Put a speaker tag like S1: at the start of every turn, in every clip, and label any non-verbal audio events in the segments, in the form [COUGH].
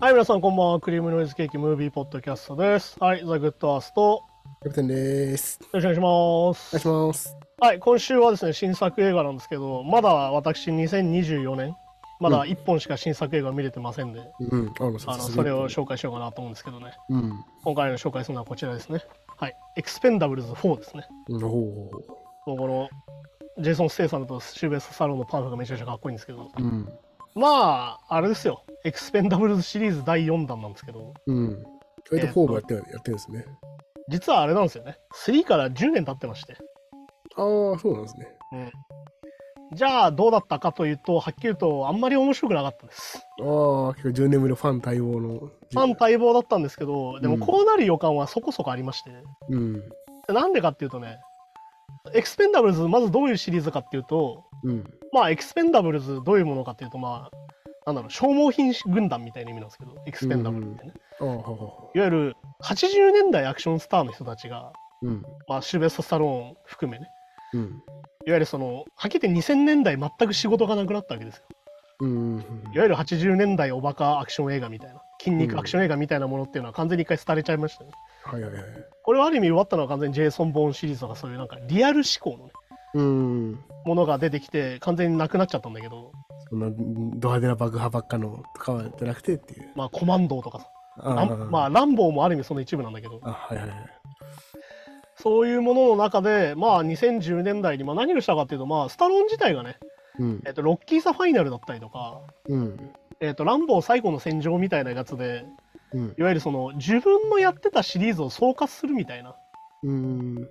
S1: はい、皆さんこんばんは。クリームノイズケーキムービーポッドキャストです。はい、ザ・グッドアースト。
S2: キャプテンです。
S1: よろしくお願いし
S2: お
S1: ま
S2: 願い
S1: す。
S2: します。
S1: はい、今週はですね、新作映画なんですけど、まだ私2024年、まだ1本しか新作映画見れてませんで、
S2: うん、あの、
S1: あのそれを紹介しようかなと思うんですけどね。
S2: うん。
S1: 今回の紹介するのはこちらですね。はい、エクスペンダブルズ4ですね。
S2: うん、ほうほうほ
S1: もうこのジェイソン・ステイさんとシルベス・サロンのパーフがめちゃくちゃかっこいいんですけど、
S2: う。うん。
S1: まあ、あれですよ、エクスペンダブルズシリーズ第4弾なんですけど、
S2: うん。割とフォームやって、やってるんですね。
S1: 実はあれなんですよね、3から10年経ってまして。
S2: ああ、そうなんですね。
S1: うんじゃあどうだったかというとはっきり言うとあんまり面白くなかったです
S2: ああ、結構10年ぶりのファン対応の。
S1: ファン待望だったんですけどでも
S2: うん
S1: こうなる予感はそこそこありまして、
S2: うん。
S1: なんでかっていうとねエクスペンダブルズまずどういうシリーズかっていうと
S2: うん。
S1: まあエクスペンダブルズどういうものかっていうとまあなんだろう消耗品軍団みたいな意味なんですけどエクスペンダブルズってね、
S2: ああ、ははい
S1: わゆる80年代アクションスターの人たちが、
S2: うん。
S1: まあ、シルベスト・スタローン含めね
S2: うん。
S1: いわゆるそのはっきり言って2000年代全く仕事がなくなったわけですよ
S2: うん。
S1: いわゆる80年代おバカアクション映画みたいな筋肉アクション映画みたいなものっていうのは完全に一回廃れちゃいましたね
S2: はいはいはい。
S1: これはある意味終わったのは完全にジェイソン・ボーンシリーズとかそういうなんかリアル思考の、ね、
S2: うん。
S1: ものが出てきて完全になくなっちゃったんだけど
S2: そんな、ド派手な爆破ばっかのとかはじゃなくてっていう。
S1: まあコマンドーとかさ
S2: あ
S1: ランまあランボーもある意味その一部なんだけど
S2: あ、はいはいはい。
S1: そういうものの中でまあ2010年代にまあ何をしたかっていうとまあスタローン自体がね、
S2: うん
S1: え。っとロッキー・ザ・ファイナルだったりとか、
S2: うん。
S1: えっとランボー最後の戦場みたいなやつで
S2: うん
S1: い。わゆるその自分のやってたシリーズを総括するみたいな
S2: うん。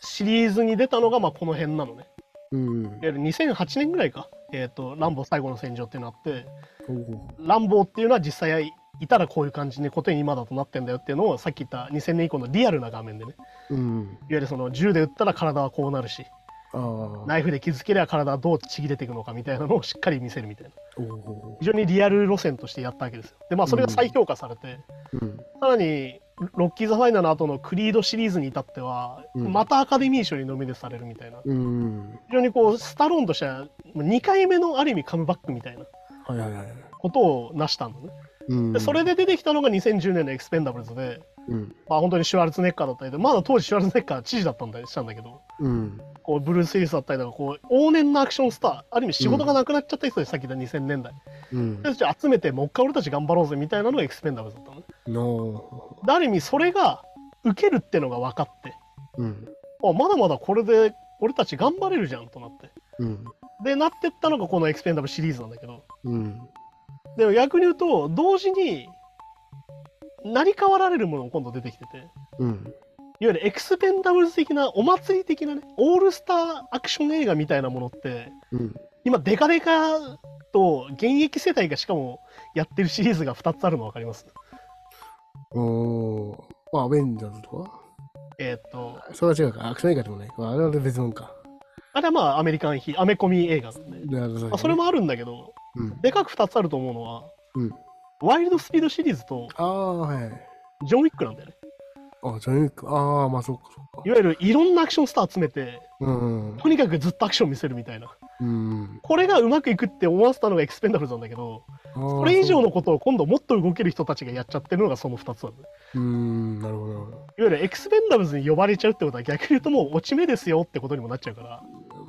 S1: シリーズに出たのがまあこの辺なのね
S2: うん
S1: い。わゆる2008年ぐらいか、えー、とランボー最後の戦場っていうのあって
S2: ほうほうほ
S1: ランボーっていうのは実際いたらこういう感じに固定に今だとなってんだよっていうのをさっき言った2000年以降のリアルな画面でねいわ
S2: う。うん。
S1: ゆるその銃で撃ったら体はこうなるし
S2: ああ。
S1: ナイフで傷つければ体はどうちぎれていくのかみたいなのをしっかり見せるみたいな
S2: ほうほうほ
S1: 非常にリアル路線としてやったわけですよでまあそれが再評価されて、
S2: う。うん。
S1: さらにロッキー・ザ・ファイナルの後のクリードシリーズに至っては、
S2: うん
S1: またアカデミー賞にノミネートされるみたいな
S2: うん。
S1: 非常にこうスタローンとしては2回目のある意味カムバックみたいな
S2: はいはいはい。
S1: ことを成したのね、
S2: うん
S1: でそれ、で出てきたのが2010年のエクスペンダブルズで、
S2: うん。
S1: まあ、本当にシュワルツェネッカーだったりでまだ当時シュワルツェネッカーは知事だったんだりしたんだけど
S2: うん。
S1: こうブルース・ウィリスだったりとかこう往年のアクションスターある意味仕事がなくなっちゃった人で、さっき言った2000年代
S2: うん
S1: で。集めてもう一回俺たち頑張ろうぜみたいなのがエクスペンダブルズだったのね
S2: の、
S1: である意味それが受けるってのが分かって
S2: うん。
S1: あまだまだこれで俺たち頑張れるじゃんとなって
S2: うん。
S1: でなってったのがこのエクスペンダブルシリーズなんだけど
S2: うん。
S1: でも逆に言うと同時に成り代わられるものも今度出てきてていわ
S2: うん。
S1: ゆるエクスペンダブルズ的なお祭り的なねオールスターアクション映画みたいなものって
S2: うん。
S1: 今デカデカと現役世代がしかもやってるシリーズが2つあるの分かります
S2: おー。まあ、アベンジャーズとか
S1: えーっと
S2: それは違うか。アクション映画でもないか。あれは別のか。
S1: あれはまあアメリカンヒアメコミ映画なんで、
S2: なるほど
S1: まあ、それ。もあるんだけど
S2: うん。
S1: でかく2つあると思うのは
S2: うん。
S1: ワイルドスピードシリーズと
S2: ああ、はい。
S1: ジョン・ウィックなんだよね
S2: あ、ジョニーウィック。ああ、まあ、そっかそっ
S1: い
S2: か。
S1: わゆるいろんなアクションスター集めて
S2: うん。
S1: とにかくずっとアクション見せるみたいな
S2: うん。
S1: これがうまくいくって思わせたのがエクスペンダブルズなんだけど
S2: そ
S1: それ以上のことを今度もっと動ける人たちがやっちゃってるのがその2つなんだよ
S2: と。うん。なるほど。
S1: いわゆるエクスペンダブルズに呼ばれちゃうってことは逆に言うともう落ち目ですよってことにもなっちゃうから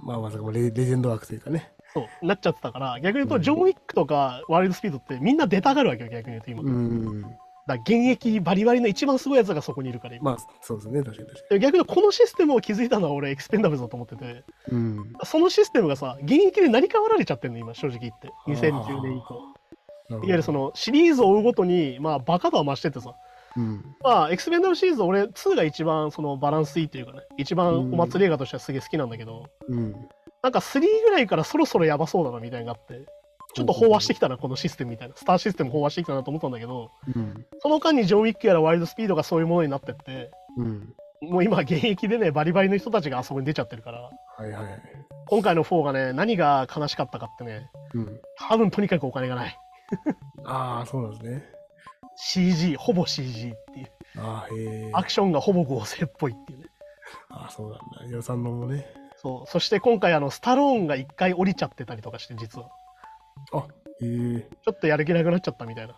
S2: まあ、まさかレレジェンド枠というかね。
S1: そうなっちゃってたから逆に言うとジョン・ウィックとかワイルドスピードってみんな出たがるわけよ逆に言うと今だ
S2: う
S1: か
S2: ん。
S1: ら現役バリバリの一番すごいやつがそこにいるから今
S2: まあ、そうですね。確かに確か
S1: で逆にこのシステムを築いたのは俺エクスペンダブルズだと思ってて
S2: に。うん。
S1: そのシステムがさ現役で成り代わられちゃってるの今正直言って2010年以降
S2: いわ
S1: いわゆるそ、のシリーズを追うごとに、まあ、バカ度は増してってさ、
S2: うん。
S1: まあ、エクスペンダブルシリーズ、俺、2が一番そのバランスいいというかね、一番お祭り映画としてはすげえ好きなんだけど、
S2: うん。
S1: なんか3ぐらいからそろそろやばそうだなみたいになって、ちょっと飽和してきたな、このシステムみたいな、スターシステム飽和してきたなと思ったんだけど、
S2: うん。
S1: その間にジョン・ウィックやらワイルドスピードがそういうものになってって、
S2: うん。
S1: もう今、現役でね、バリバリの人たちがあそこに出ちゃってるから、
S2: はいはい。
S1: 今回の4がね、何が悲しかったかってね、
S2: うん。
S1: 多分とにかくお金がない。
S2: ああ、そうなんですね。
S1: CG、ほぼ CG っていう、
S2: ああ、へえ。
S1: アクションがほぼ合成っぽいっていうね。
S2: ああ、そうなんだ。予算のもね。
S1: そうそして今回あのスタローンが1回降りちゃってたりとかして実は
S2: あへえ。
S1: ちょっとやる気なくなっちゃったみたいな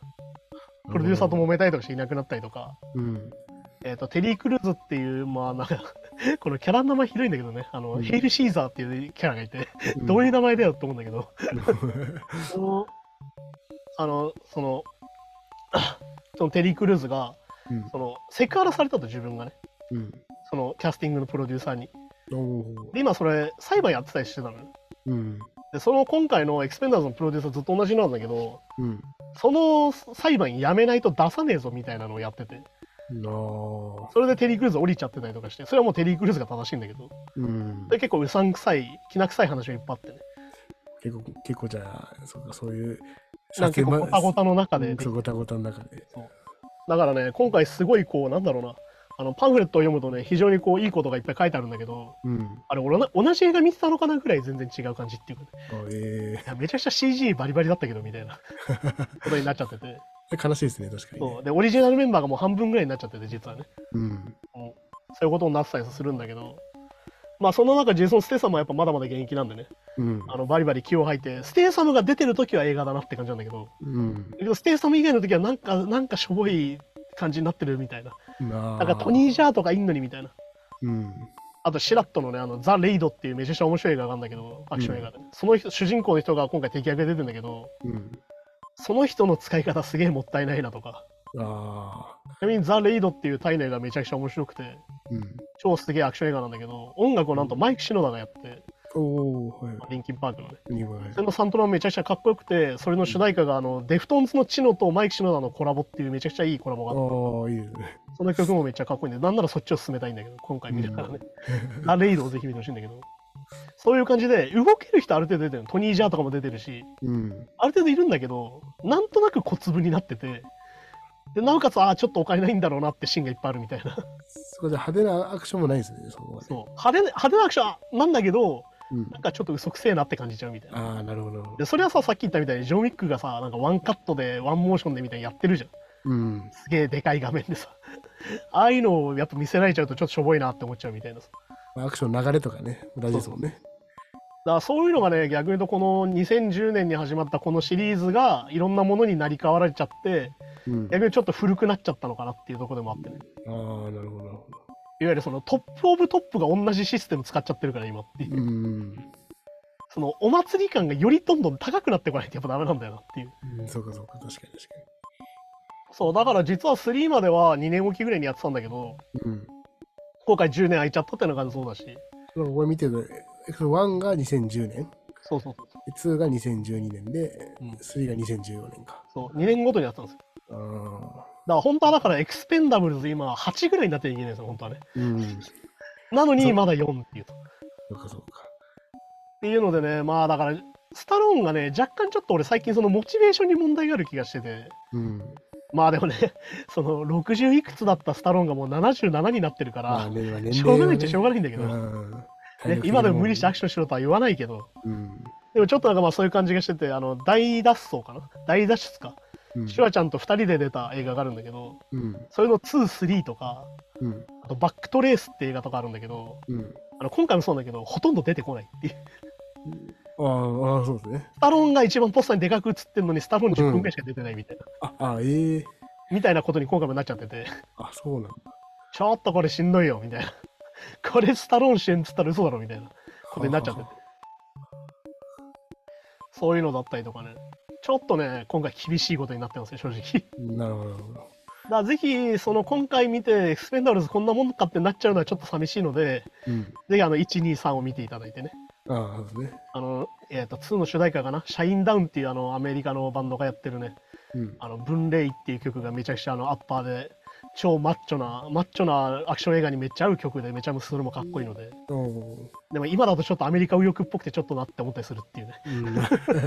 S1: プロデューサーと揉めたりとかしていなくなったりとか、
S2: うん。
S1: えー、とテリー・クルーズっていう、まあ、なんか [LAUGHS] このキャラの名前ひどいんだけどねあの、
S2: うん
S1: ヘイル・シーザーっていうキャラがいて、どういう名前だよって思うんだけど、あのそのそのテリー・クルーズが
S2: うん。
S1: そのセクハラされたと自分がね
S2: [LAUGHS] うん。
S1: そのキャスティングのプロデューサーに
S2: おー
S1: で今それ裁判やってたりしてたのよ
S2: うん。
S1: でその今回のエクスペンダーズのプロデューサーずっと同じなんだけど
S2: うん。
S1: その裁判やめないと出さねえぞみたいなのをやってて
S2: なあ。
S1: それでテリー・クルーズ降りちゃってたりとかしてそれはもうテリー・クルーズが正しいんだけど
S2: うん
S1: で。結構うさんくさいきな臭い話がいっぱいあってね
S2: 結構、結構じゃあ、そうか、そういう、
S1: なんか結構ごたごたの中
S2: う
S1: で
S2: んそうごたごたの中で。
S1: だからね今回すごいこうなんだろうなあのパンフレットを読むとね非常にこういいことがいっぱい書いてあるんだけど
S2: うん。
S1: あれ俺な同じ映画見てたのかなぐらい全然違う感じっていうかね
S2: あえ
S1: いやめちゃくちゃ CG バリバリだったけどみたい
S2: [LAUGHS]
S1: なことになっちゃってて
S2: え悲しいですね、確かにね、
S1: そうでオリジナルメンバーがもう半分ぐらいになっちゃってて実はね
S2: うん。
S1: もうそういうことになってたりするんだけどまあそんな中ジェイソン・ステイサムはやっぱまだまだ現役なんでね
S2: うん。
S1: あのバリバリ気を吐いてステイサムが出てる時は映画だなって感じなんだけど
S2: うん。
S1: だけどステイサム以外の時はなんかなんかしょぼい感じになってるみたいな
S2: な
S1: なんかトニー・ジャーとかいんのにみたいな
S2: うん。
S1: あとシラットのねあのザ・レイドっていうめちゃくちゃ面白い映画があるんだけどアクション映画で、その人主人公の人が今回敵役で出てるんだけど
S2: うん。
S1: その人の使い方すげえもったいないなとか
S2: ああ。
S1: ちなみにザ・レイドっていうタイの映画めちゃくちゃ面白くて
S2: うん。
S1: 超すげえアクション映画なんだけど音楽をなんとマイク・シノダがやって
S2: おおはい。
S1: リンキン・パークのね
S2: 二番はい
S1: それのサントラもめちゃくちゃかっこよくてそれの主題歌があのデフトンズのチノとマイク・シノダのコラボっていうめちゃくちゃいいコラボがあって
S2: ああ、いいですね。
S1: その曲もめっちゃかっこいいんで、なんならそっちを進めたいんだけど、今回見るからね。ラレイドをぜひ見てほしいんだけど。そういう感じで、動ける人ある程度出てるのトニー・ジャーとかも出てるし、
S2: うん。
S1: ある程度いるんだけど、なんとなく小粒になってて、でなおかつ、ああ、ちょっとお金ないんだろうなってシーンがいっぱいあるみたいな。
S2: そこじゃ派手なアクションもないですね、そこはね。
S1: そう派手な派手なアクションなんだけど、
S2: うん
S1: なんかちょっと嘘くせえなって感じちゃうみたいな。
S2: ああ、なるほど。
S1: でそれはさ、さっき言ったみたいに、ジョン・ウィックがさ、なんかワンカットで、ワンモーションでみたいにやってるじゃん。
S2: うん。
S1: すげえでかい画面でさ。 [LAUGHS] ああいうのをやっぱ見せられちゃうと、ちょっとしょぼいなって思っちゃうみたいなさ。
S2: アクションの流れとかね、大事ですもんね。
S1: だからそういうのがね逆に言うとこの2010年に始まったこのシリーズがいろんなものになり変わられちゃって
S2: うん。あ
S1: 逆にちょっと古くなっちゃったのかなっていうところでもあってね
S2: あ、なるほどなるほど。
S1: いわゆるそのトップオブトップが同じシステム使っちゃってるから今っていう
S2: うん。
S1: そのお祭り感がよりどんどん高くなってこないとやっぱダメなんだよなっていう
S2: うんそうかそうか、確かに確か
S1: そうだから実は3までは2年おきぐらいにやってたんだけど
S2: に。うん。
S1: 今回10年空いちゃったっていうのがそうだし
S2: まあこれ見てると、1が2010年、
S1: そうそうそう
S2: 2が2012年で、
S1: うん
S2: 3が2014年か。
S1: そう2年ごとにやってたんですよ
S2: ああ。
S1: だから本当はだからエクスペンダブルズ今8ぐらいになっていけないんですよ本当はね
S2: うん。そ
S1: なのにまだ4っていうと
S2: うかそうか。
S1: っていうのでねまあだからスタローンがね若干ちょっと俺最近そのモチベーションに問題がある気がしてて
S2: うん。
S1: まあでもね [LAUGHS] その60いくつだったスタローンがもう77になってるか
S2: ま
S1: ら、
S2: ね、今
S1: しょうがないっちゃ
S2: ね
S1: しょうがないんだけど、
S2: うん
S1: ね、今でも無理してアクションしろとは言わないけど
S2: うん。
S1: でもちょっとなんかまあそういう感じがしててあの大脱走かな大脱出か、
S2: うん
S1: シュワちゃんと2人で出た映画があるんだけど
S2: うん。
S1: それの23とか
S2: うん。
S1: あとバックトレースって映画とかあるんだけど
S2: うん。
S1: あの今回もそうなんだけどほとんど出てこないっていう
S2: ああ、ああそうですね。
S1: スタローンが一番ポスターにでかく映ってるのにスタローン10分ぐらいしか出てないみたいな。
S2: ああ、ええ
S1: みたいなことに今回もなっちゃってて、
S2: あ、そうなんだ。
S1: ちょっとこれしんどいよ、みたいな。 [LAUGHS] これスタローン主演っつったら嘘だろ、みたいなことになっちゃってて。そういうのだったりとかね。ちょっとね、今回厳しいことになってますね、正直。 [LAUGHS] だか
S2: なるほど、なるほど。
S1: らぜひ、その今回見て、エクスペンダブルズこんなもんかってなっちゃうのはちょっと寂しいので、
S2: うん。
S1: ぜひあの、1、2、3を見ていただいてね。
S2: ああ、そうですね。
S1: あの、えっ、と、2の主題歌かな、シャインダウンっていうあの、アメリカのバンドがやってるね、
S2: うん。
S1: あの、分霊っていう曲がめちゃくちゃあの、アッパーで、超マッチョな、マッチョなアクション映画にめっちゃ合う曲で、めちゃそれもかっこいいので、
S2: おお。
S1: でも今だとちょっとアメリカ右翼っぽくてちょっとなって思ったりするっていうね、
S2: うんな
S1: そうい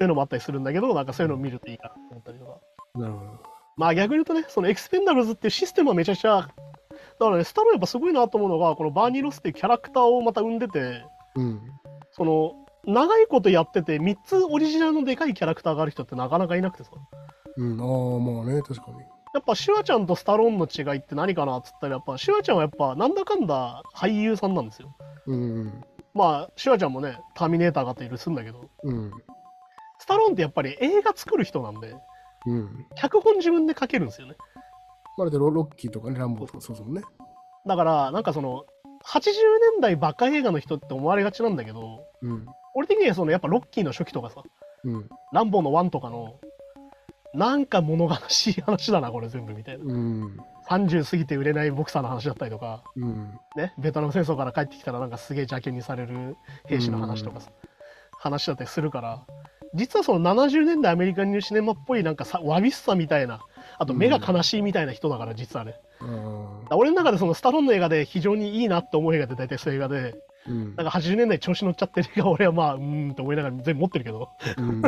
S1: うのもあったりするんだけど、なんかそういうのを見るといいかなと思ったりとか。
S2: るほど。
S1: まあ逆に言うとね、そのエクスペンダブルズっていうシステムはめちゃくちゃ、だからね、スタローやっぱすごいなと思うのが、このバーニー・ロスっていうキャラクターをまた生んでて、
S2: うん。
S1: その、長いことやってて、3つオリジナルのでかいキャラクターがある人ってなかなかいなくてさ。
S2: うん。ああ、まあね、確かに。
S1: やっぱシュワちゃんとスタローンの違いって何かなっつったらやっぱシュワちゃんはやっぱなんだかんだ俳優さんなんですよ
S2: うん。
S1: まあシュワちゃんもねターミネーターがっているすんだけど
S2: うん。
S1: スタローンってやっぱり映画作る人なんで
S2: うん。
S1: 脚本自分で書けるんですよね。
S2: まるでロロッキーとかね、ランボーとかそうですもんね。
S1: だから、なんかその、80年代バカ映画の人って思われがちなんだけど、
S2: うん。
S1: 俺的にはその、やっぱロッキーの初期とかさ、
S2: うん。
S1: ランボーの1とかの、なんか物悲しい話だな、これ全部みたいな。
S2: うん。
S1: 30過ぎて売れないボクサーの話だったりとか、
S2: うん。
S1: ね、ベトナム戦争から帰ってきたらなんかすげえ邪険にされる兵士の話とかさ、話だったりするから実はその70年代アメリカニューシネマっぽいなんかさわびしさみたいなあと目が悲しいみたいな人だから実はね、
S2: あ
S1: 俺の中でそのスタローンの映画で非常にいいなって思う映画って大体そういう映画で
S2: ーうん
S1: なんか80年代調子乗っちゃってる映画俺はまあうーんと思いながら全部持ってるけど [LAUGHS]
S2: うん。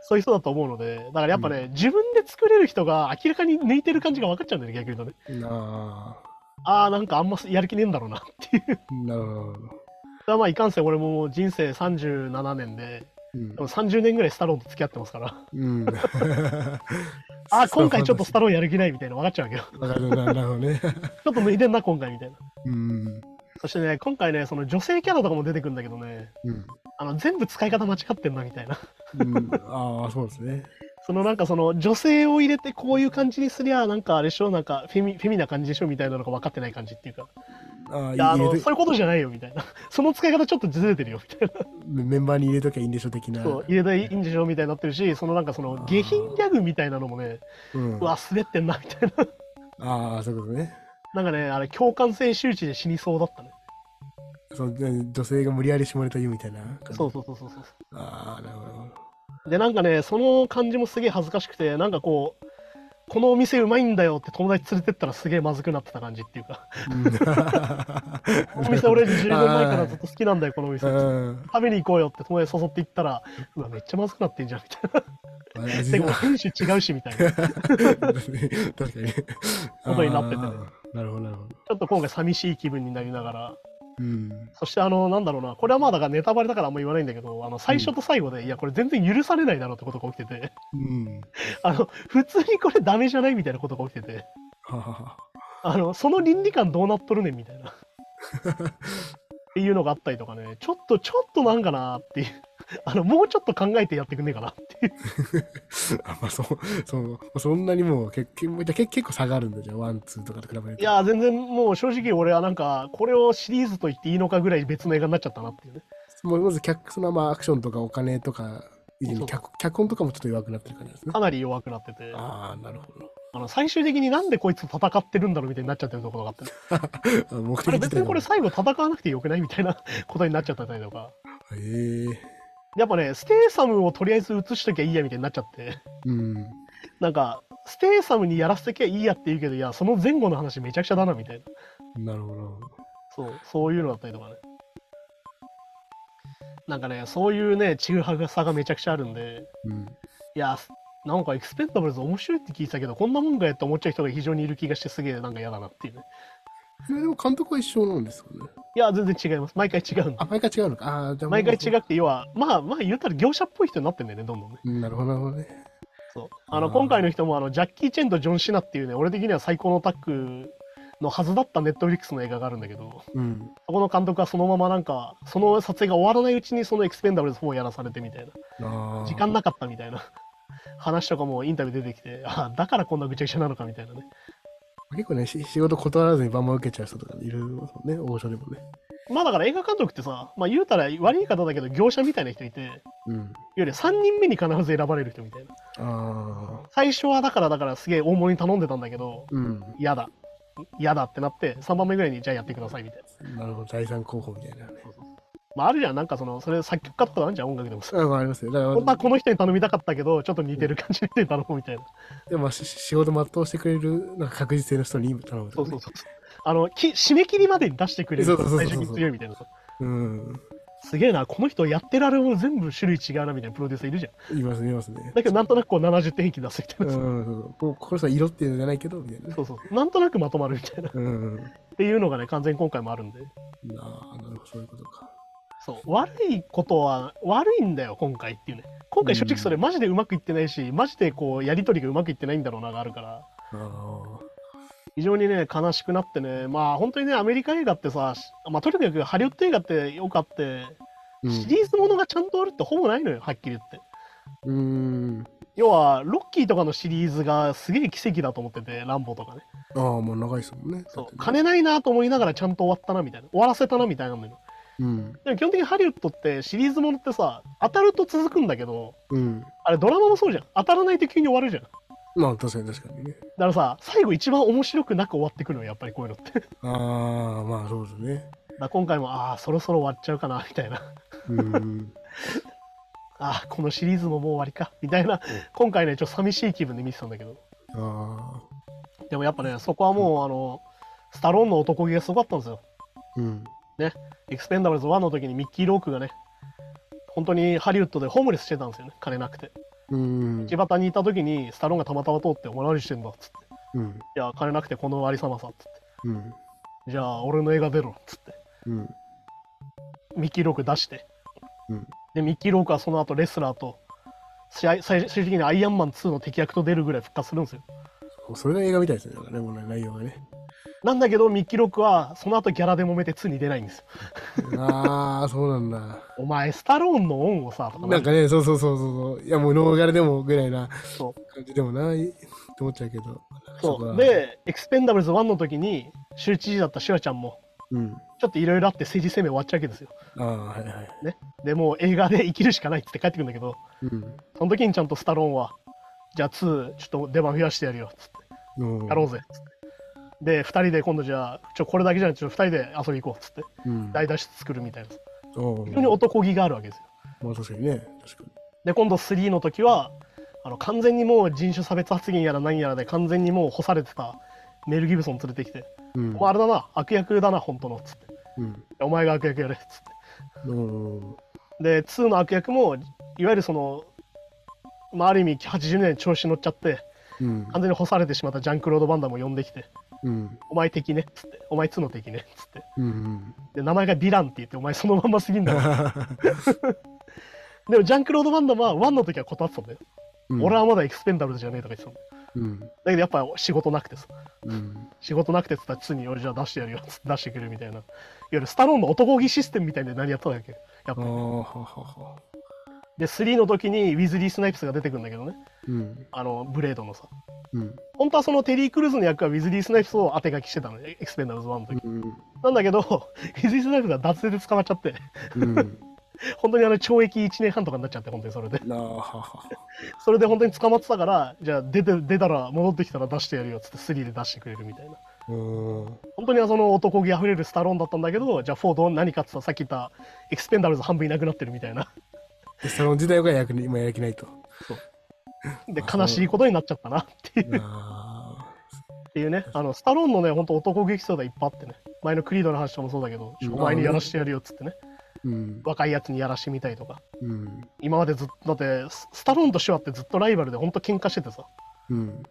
S1: そういう人だと思うのでだからやっぱね、自分で作れる人が明らかに抜いてる感じが分かっちゃうんだよね逆に言うとね
S2: あ
S1: ああなんかあんまやる気ねえんだろうなっていう
S2: ーなるほど。
S1: だからまあいかんせん俺ももう人生37年で
S2: うん
S1: 多分30年ぐらいスタローンと付き合ってますから
S2: うん。
S1: あー今回ちょっとスタ
S2: ロ
S1: ローンやる気ないみたいなの分かっちゃうけどち
S2: なるほどなるほどね。
S1: ょっと抜いてんな今回みたいな
S2: うん。
S1: そしてね今回ねその女性キャラとかも出てくるんだけどね
S2: うん。
S1: あの全部使い方間違ってんなみたいな [LAUGHS]
S2: うん、ああ、そうですね。
S1: そのなんかその女性を入れてこういう感じにすりゃなんかあれでしょなんかフェミフェミな感じでしょみたいなのが分かってない感じっていうか
S2: ああ、
S1: いやあの
S2: 入れ
S1: そういうことじゃないよみたいな [LAUGHS] その使い方ちょっとずれてるよみたいな
S2: メメンバーに入れときゃいいんでしょ的な。
S1: そう入れたらいいんでしょみたいになってるしそのなんかその下品ギャグみたいなのもね
S2: うん
S1: うわ滑ってんなみたいな
S2: ああ、そういうことね。
S1: なんかね、あれ、共感性周知で死にそうだったね。
S2: そのね女性が無理やり絞れた言うみたいな感じ。
S1: そうそうそうそうそ
S2: ああ、なるほど。
S1: う。で、なんかね、その感じもすげえ恥ずかしくて、なんかこう、このお店うまいんだよって友達連れてったらすげえまずくなってた感じっていうか、この店俺10年前からずっと好きなんだよ、このお店。
S2: う
S1: 食
S2: ん。
S1: べに行こうよって友達誘って行ったら、うわ、めっちゃまずくなってんじゃんみたいな。で
S2: 味
S1: も、
S2: が
S1: [LAUGHS] 店主違うしみたいな。ち
S2: 確かに。
S1: ことになってて
S2: あーなるほど、なるほど。
S1: ょっと今回寂しい気分になりながら、
S2: うん。
S1: そしてあの、なんだろうな、これはまあだからネタバレだからあんま言わないんだけど、あの、最初と最後で、いや、これ全然許されないだろうってことが起きてて。
S2: うん。
S1: あの普通にこれダメじゃないみたいなことが起きてて
S2: ははは。
S1: あのその倫理観どうなっとるねんみた [LAUGHS] いなっていうのがあったりとかねちょっとちょっとなんかなっていうあのもうちょっと考えてやってくんねえかなっていう
S2: あまあ、そう、そう、そんなにもう、結構、結結構差があるんだじゃん、ワン、ツーとかと比べると。
S1: いやー全然もう正直俺はなんかこれをシリーズと言っていいのかぐらい別の映画になっちゃったなっていうね
S2: もうまず客そのまあアクションとかお金とか以前に脚脚本とかもちょっと弱くなってる感じですね
S1: か。なり弱くなっててあ
S2: ああ、なるほど。
S1: の最終的になんでこいつ戦ってるんだろうみたいになっちゃってるところ [LAUGHS] があってね
S2: あ目
S1: あ
S2: 的
S1: れ
S2: 自
S1: 別
S2: 体
S1: に
S2: が
S1: [LAUGHS] これ最後戦わなくてよくないみたいなことになっちゃったりとか
S2: ええ
S1: やっぱねステイサムをとりあえず映しときゃいいやみたいになっちゃって
S2: うん。
S1: なんか、ステイサムにやらせときゃいいやって言うけど、いや、その前後の話めちゃくちゃだな、みたいな。
S2: なるほど。
S1: そう、そういうのだったりとかね。なんかね、そういうね、ちぐはぐさがめちゃくちゃあるんで、
S2: うん。
S1: いや、なんかエクスペンダブルズ面白いって聞いてたけど、こんなもんかやって思っちゃう人が非常にいる気がしてすげえなんか嫌だなっていうね。
S2: それでも監督は一緒なんですよね。
S1: いや、全然違います。毎回違うんで。
S2: あ、毎回違うのか。ああ、じゃあ
S1: 毎回違
S2: う。
S1: くて、要は、まあまあ言ったら業者っぽい人になってんだよね、どんどんね。
S2: うんなるほど、なるほどね。
S1: そう。あ
S2: あ
S1: の、
S2: ー
S1: 今回の人も、あの、ジャッキー・チェンとジョン・シナっていうね、俺的には最高のタッグのはずだったネットフリックスの映画があるんだけど、
S2: うん。
S1: そこの監督はそのままなんか、その撮影が終わらないうちにそのエクスペンダブルズ4をやらされてみたい
S2: あ
S1: な、
S2: あ。
S1: 時間なかったみたいな話とかもインタビュー出てきて、あだからこんなぐちゃぐちゃなのかみたいなね。
S2: 結構ね、し仕事断らずにバンバン受けちゃう人とかいるもんね、王将でもね。
S1: まあだから映画監督ってさ、まあ言うたら悪い方だけど業者みたいな人いて、いわ
S2: うん。
S1: ゆる3人目に必ず選ばれる人みたいな。
S2: ああ。
S1: 最初はだからだからすげえ大物に頼んでたんだけど、
S2: うん。
S1: 嫌だ。嫌だってなって、3番目ぐらいにじゃあやってくださいみたいな。
S2: なるほど、第三候補みたいなね。
S1: まああるじゃん、なんかその、それ作曲家とかなんじゃん、音楽でもさ。
S2: あまあ、ありますよ。だから
S1: 本当はこの人に頼みたかったけど、ちょっと似てる感じで頼むみたいな。
S2: でもまあし仕事全うしてくれるなんか確実性の人に頼む
S1: そ
S2: と
S1: う
S2: か
S1: そ
S2: ね
S1: うそう。あの、き締め切りまでに出してくれる
S2: そう
S1: と
S2: そうそうそ
S1: 最
S2: う
S1: 初に強いみたいな。
S2: うん
S1: すげえな、この人やってられるもの全部種類違うなみたいなプロデューサーいるじゃん。
S2: いますねいますね
S1: だけどなんとなくこう70点平均出すみたい
S2: うん
S1: な。
S2: そうそうこの人は色っていうのじゃないけどみたいなね
S1: そうそう。なんとなくまとまるみたいな。っ
S2: うん
S1: ていうのがね、完全に今回もあるんで。
S2: ああなるほどそういうことか
S1: そう。悪いことは悪いんだよ、今回っていうね。今回正直それマジでうまくいってないし、マジでこう、やりとりがうまくいってないんだろうながあるから。
S2: ああ
S1: 非常にね、悲しくなってね、まあ本当にね、アメリカ映画ってさ、まあとにかくハリウッド映画ってよかって、
S2: う
S1: シ
S2: ん
S1: リーズものがちゃんとあるってほぼないのよ、はっきり言って。
S2: うん
S1: 要はロッキーとかのシリーズがすげえ奇跡だと思っててランボーとかね
S2: ああ、もう長いですもんね。
S1: そ
S2: だって
S1: う
S2: ね
S1: 金ないなと思いながらちゃんと終わったなみたいな終わらせたなみたいなのよ
S2: うん。
S1: でも基本的にハリウッドってシリーズものってさ当たると続くんだけど
S2: うん。
S1: あれドラマもそうじゃん当たらないと急に終わるじゃんだ
S2: まあ、確かに確かにね。
S1: からさ最後一番面白くなく終わってくるのよやっぱりこういうのって [LAUGHS] だか
S2: ああ、まあそうですね。
S1: ら今回もああそろそろ終わっちゃうかなみたいな
S2: うん。 [LAUGHS]
S1: ああこのシリーズももう終わりかみたいな今回ねちょっと寂しい気分で見てたんだけど
S2: あ
S1: でもやっぱねそこはもうあのスタローンの男気がすごかったんですよ
S2: あ、うん。
S1: エクスペンダブルズ1の時にミッキー・ロークがね、本当にハリウッドでホームレスしてたんですよね、金なくて。
S2: うん。
S1: 道端にいた時に、スタローンがたまたま通って、お前何してんだっつって。
S2: うん。
S1: いや、金なくてこのありさまさっつって。
S2: うん。
S1: じゃあ、俺の映画出ろっつって。
S2: うん。
S1: ミッキー・ローク出して。
S2: うん
S1: で、ミッキー・ロークはその後レスラーと、試合最終的にアイアンマン2の敵役と出るぐらい復活するんですよ。
S2: それが映画みたいですね。なんかね、この内容がね。
S1: なんだけど、ミッキー・ロークはその後ギャラで揉めて2に出ないんですよ。
S2: ああ、そうなんだ。
S1: [LAUGHS] お前、スタローンの恩をさ、とか
S2: なんかね、そうそうそうそう。いや、もうノーガルでもぐらいな
S1: そう
S2: 感じでもないって思っちゃうけど。こ
S1: そ
S2: は
S1: う。、で、エクスペンダブルズ1の時に、州知事だったシュワちゃんも、
S2: うん。
S1: ちょっといろいろあって政治生命終わっちゃうわけですよ。
S2: ああ、はいはい。
S1: でもう映画で生きるしかないっつって帰ってくるんだけど、
S2: うん。
S1: その時にちゃんとスタローンは、じゃあ2、ちょっと出番増やしてやるよっつって、
S2: うん
S1: やろうぜっつって。で、2人で今度じゃあ、ちょこれだけじゃなくて、2人で遊び行こうっつって、
S2: うん。
S1: 大脱出作るみたいな。非
S2: おう
S1: 常に男気があるわけですよ。
S2: まあ確かにね。確か
S1: で、今度3の時は、あの完全にもう人種差別発言やら何やらで完全にもう干されてたメル・ギブソン連れてきて、
S2: に。うん
S1: お。前あれだな、悪役だな、本当のっつって、
S2: うん。
S1: お前が悪役やれっつって。
S2: うん。
S1: で2の悪役もいわゆるその、まあ、ある意味80年調子乗っちゃって
S2: うん。
S1: 完全に干されてしまったジャンクロード・バンダムを呼んできて
S2: うん。
S1: 「お前敵ね」っつって「お前2の敵ね」っつって
S2: うん。
S1: で名前がヴィランって言って「お前そのまんますぎんだろ」
S2: [LAUGHS]
S1: でもジャンクロード・バンダムは1の時は断ってたんだよ、
S2: うん
S1: 俺はまだエクスペンダブルズじゃねえとか言ってたんだよ
S2: うん。
S1: だけどやっぱ仕事なくてさ
S2: うん。
S1: 仕事なくてっつったら2に俺じゃあ出してやるよっつって出してくれるみたいないわゆるスタローンの男気システムみたいで何やったんだっけやっ
S2: ああ、
S1: ぱ
S2: ははは。
S1: で3の時にウィズリー・スナイプスが出てくるんだけどね
S2: うん。
S1: あのブレードのさ
S2: うん。
S1: 本当はそのテリー・クルーズの役はウィズリー・スナイプスを当て書きしてたのね、エクスペンダブルズ1の時。
S2: うん。
S1: なんだけど、ウィズリー・スナイプスが脱税で捕まっちゃって、
S2: うん。
S1: 本当にあの懲役1年半とかになっちゃって、本当にそれで。
S2: なあ、はは。
S1: それで本当に捕まってたから、じゃあ出て出たら戻ってきたら出してやるよっつって3で出してくれるみたいな。
S2: うん。
S1: 本当にはその男気あふれるスタローンだったんだけど、じゃあフォードは何かって言ったらさっき言ったエクスペンダブルズ半分いなくなってるみたいな。
S2: その時代が役に、今やきないと。
S1: で、
S2: あ
S1: 悲しいことになっちゃったなっていう
S2: あ
S1: っていうね、あのスタローンのね、本当男劇想がいっぱいあってね、前のクリードの話とかもそうだけど、
S2: うん
S1: お前にやらしてやるよっつってね、
S2: あ。うん。
S1: 若いやつにやらしてみたいとか。
S2: うん。
S1: 今までずっとだってススタローンとシュワってずっとライバルで本当喧嘩しててさ
S2: うん。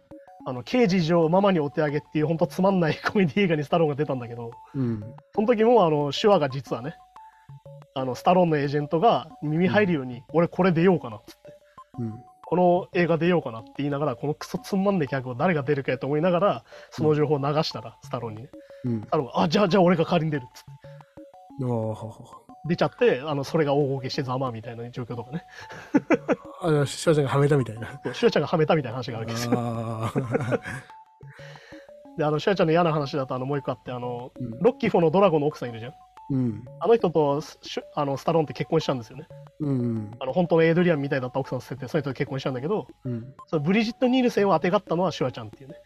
S1: あの刑事上ママにお手上げっていう本当つまんないコメディ映画にスタローンが出たんだけど
S2: うん。
S1: その時もあのシュワが実はねあのスタローンのエージェントが耳入るように、俺これ出ようかなっつって
S2: うん。
S1: この映画出ようかなって言いながらこのクソつまんねえ客を誰が出るかやと思いながらその情報を流したら、スタローンにね
S2: うん
S1: ス。タローンが「あじゃあじゃあ俺が代わりに出る」っつって
S2: ああ、はは。
S1: 出ちゃってあのそれが大ごけしてざまあみたいな状況とかね
S2: あの、しわちゃんがはめたみたいな。
S1: シュワちゃんがはめたみたいな話があるわけですよ
S2: ああ。
S1: であのシュワちゃんの嫌な話だとあのもう一個あってあの、
S2: うん
S1: ロッキー4のドラゴンの奥さんいるじゃん
S2: うん。
S1: あの人とスシュあのスタローンって結婚したんですよね
S2: うん。
S1: あの本当のエイドリアンみたいだった奥さんを捨ててその人と結婚したんだけど
S2: うん。
S1: そのブリジット・ニールセンをあてがったのはシュワちゃんっていうね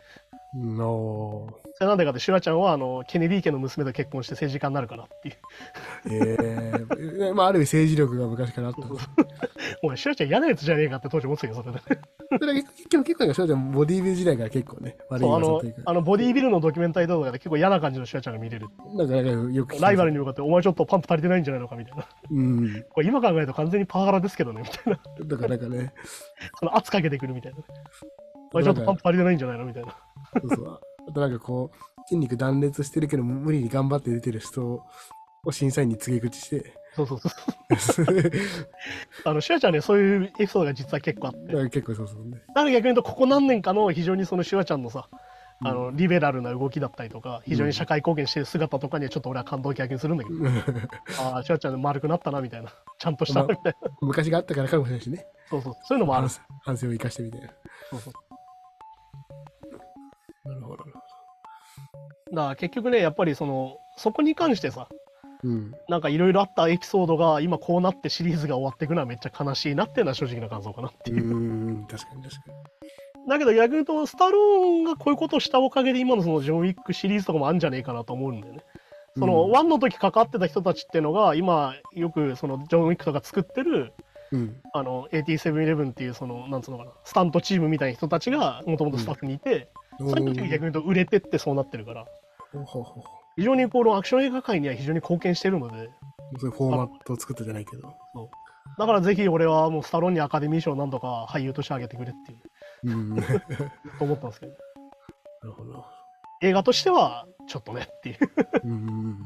S2: の。
S1: それなんでかってシュワちゃんはあのケネディ家の娘と結婚して政治家になるからっていう
S2: ええ。まあ、ある意味政治力が昔からあった。
S1: お前シュワちゃん嫌なやつじゃねえかって当時思ってたけどそれで
S2: それが結構、結構、しわちゃん、ボディービル時代から結構ね、悪い
S1: そうあ
S2: 噂
S1: の
S2: というか
S1: あ。のボディービルのドキュメンタリー動画で結構嫌な感じのシュワちゃんが見れる
S2: なんか、なんか、よく。
S1: ライバル。に向かって「お前ちょっとパンプ足りてないんじゃないのか」みたいな
S2: うん。
S1: これ今考えると完全にパワハラですけどねみたいな
S2: だから、なんかね。
S1: その圧かけてくるみた [LAUGHS] いなお前ちょっとパンプ足りてないんじゃないのみたいな
S2: そうそう。あとなんかこう、筋肉断裂してるけど、無理に頑張って出てる人を審査員に告げ口して、 [LAUGHS]
S1: そうそうそう
S2: だか
S1: あの、シュワちゃんね、そういうエピソードが実は結構あって。だから [LAUGHS]
S2: 結構そうそうね。
S1: ら逆に言うと、ここ何年かの非常にそのシュワちゃんのさ、
S2: うん
S1: あのリベラルな動きだったりとか非常に社会貢献してる姿とかにはちょっと俺は感動を逆にするんだけど、ああシュワちゃん丸くなったなみたいなちゃんとしたなみたいな
S2: 昔があったからかもしれないしね。
S1: そうそうそういうのもある
S2: 反省反省を生かしてみたいな。
S1: そうそう
S2: なるほど。
S1: だから結局ねやっぱりそのそこに関してさ
S2: うん。
S1: なんかいろいろあったエピソードが今こうなってシリーズが終わっていくのはめっちゃ悲しいなっていうのは正直な感想かなって
S2: う
S1: いう、
S2: ーん、確かに確か
S1: だけど逆に言うとスタローンがこういうことをしたおかげで今のそのジョン・ウィックシリーズとかもあるんじゃねえかなと思うんだよねその、
S2: うん
S1: 1の時関わってた人たちっていうのが今よくそのジョン・ウィックとか作ってる
S2: に。うん。
S1: あの AT711 っていうそのなんつうのかなスタントチームみたいな人たちがもともとスタッフにいて、そういう時が逆に言うと売れてってそうなってるから
S2: ほうほうほう
S1: 非常にこのアクション映画界には非常に貢献してるので
S2: そういうフォーマットを作ったじゃないけど。
S1: だからぜひ俺はもうスタローンにアカデミー賞をなんとか俳優としてあげてくれっていう
S2: うん。なる
S1: と思ったんですけど
S2: ほど。
S1: 映画としてはちょっとねっていう
S2: うん。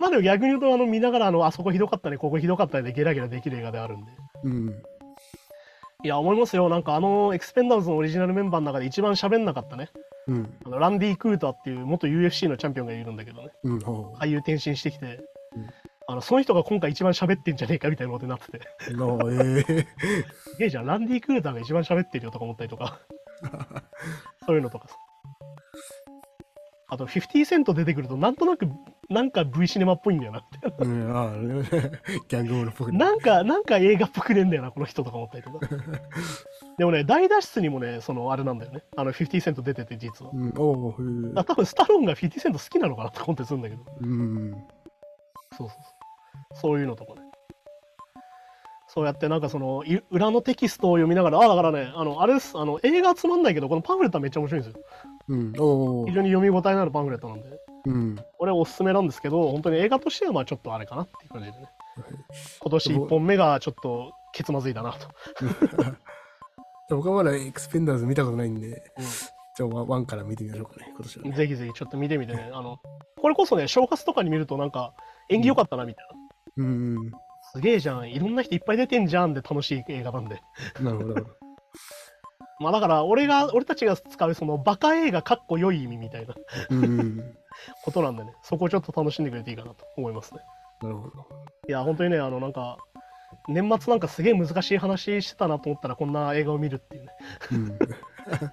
S1: まあでも逆に言うとあの見ながらあのあそこひどかったねここひどかったねでゲラゲラできる映画であるんで
S2: うん。
S1: いや思いますよなんかあのエクスペンダーズのオリジナルメンバーの中で一番喋んなかったね
S2: うん。
S1: あのランディ・クーターっていう元 UFC のチャンピオンがいるんだけどね
S2: うん。ほ
S1: 俳優転身してきて、
S2: うん
S1: あのその人が今回一番喋ってんじゃねえかみたいなことになってて
S2: う。の、ええ。
S1: すげえじゃんランディ・クーターが一番喋ってるよとか思ったりと
S2: [LAUGHS]
S1: かそういうのとかさあと50セント出てくるとなんとなくなんか V シネマっぽいんだよなって
S2: うん、ああ、ギャングボールっぽくね
S1: なんかなんか映画っぽくねえんだよなこの人とか思ったりと
S2: [LAUGHS]
S1: かでもね大脱出にもねそのあれなんだよねあの50セント出てて実は。
S2: うん、おう、ふう
S1: だから多分スタローンが50セント好きなのかなってコンテンツするんだけど
S2: うん。
S1: そうそうそうそういうのとかねそうやってなんかそのい裏のテキストを読みながらあだからねあのあれですあの映画はつまんないけどこのパンフレットはめっちゃ面白いんですよ
S2: うん、おう
S1: 非。常に読み応えのあるパンフレットなんで
S2: うん。
S1: これおすすめなんですけど本当に映画としてはまあちょっとあれかなっていう感じでね今年1本目がちょっとケツまずいだなと、
S2: 僕はまだエクスペンダーズ見たことないんで、
S1: うん
S2: じゃあワンワンから見てみましょうかね、今年はね。
S1: ぜひぜひちょっと見てみてねあのこれこそね正月とかに見るとなんか演技良かったなみたいな、
S2: うん。な
S1: すげえじゃんいろんな人いっぱい出てんじゃんで楽しい映画なんで
S2: るほど。なるほど
S1: まあだから俺が俺たちが使うそのバカ映画かっこ良い意味みたいな [LAUGHS]
S2: うん。な
S1: ことなんでねそこをちょっと楽しんでくれていいかなと思いますね
S2: るほど。
S1: いや本当にねあのなんか年末なんかすげえ難しい話してたなと思ったらこんな映画を見るっていうね
S2: うん。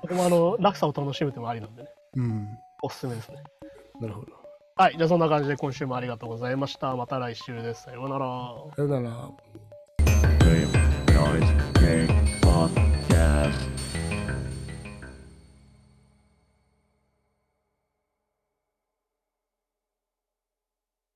S1: ここもあの落差を楽しむってもありなんでね
S2: うん。
S1: おすすめですね
S2: なるほど。
S1: はいじゃあそんな感じで今週もありがとうございましたまた来週ですさようなら
S2: さよなら。
S3: Game Noise Game Podcast.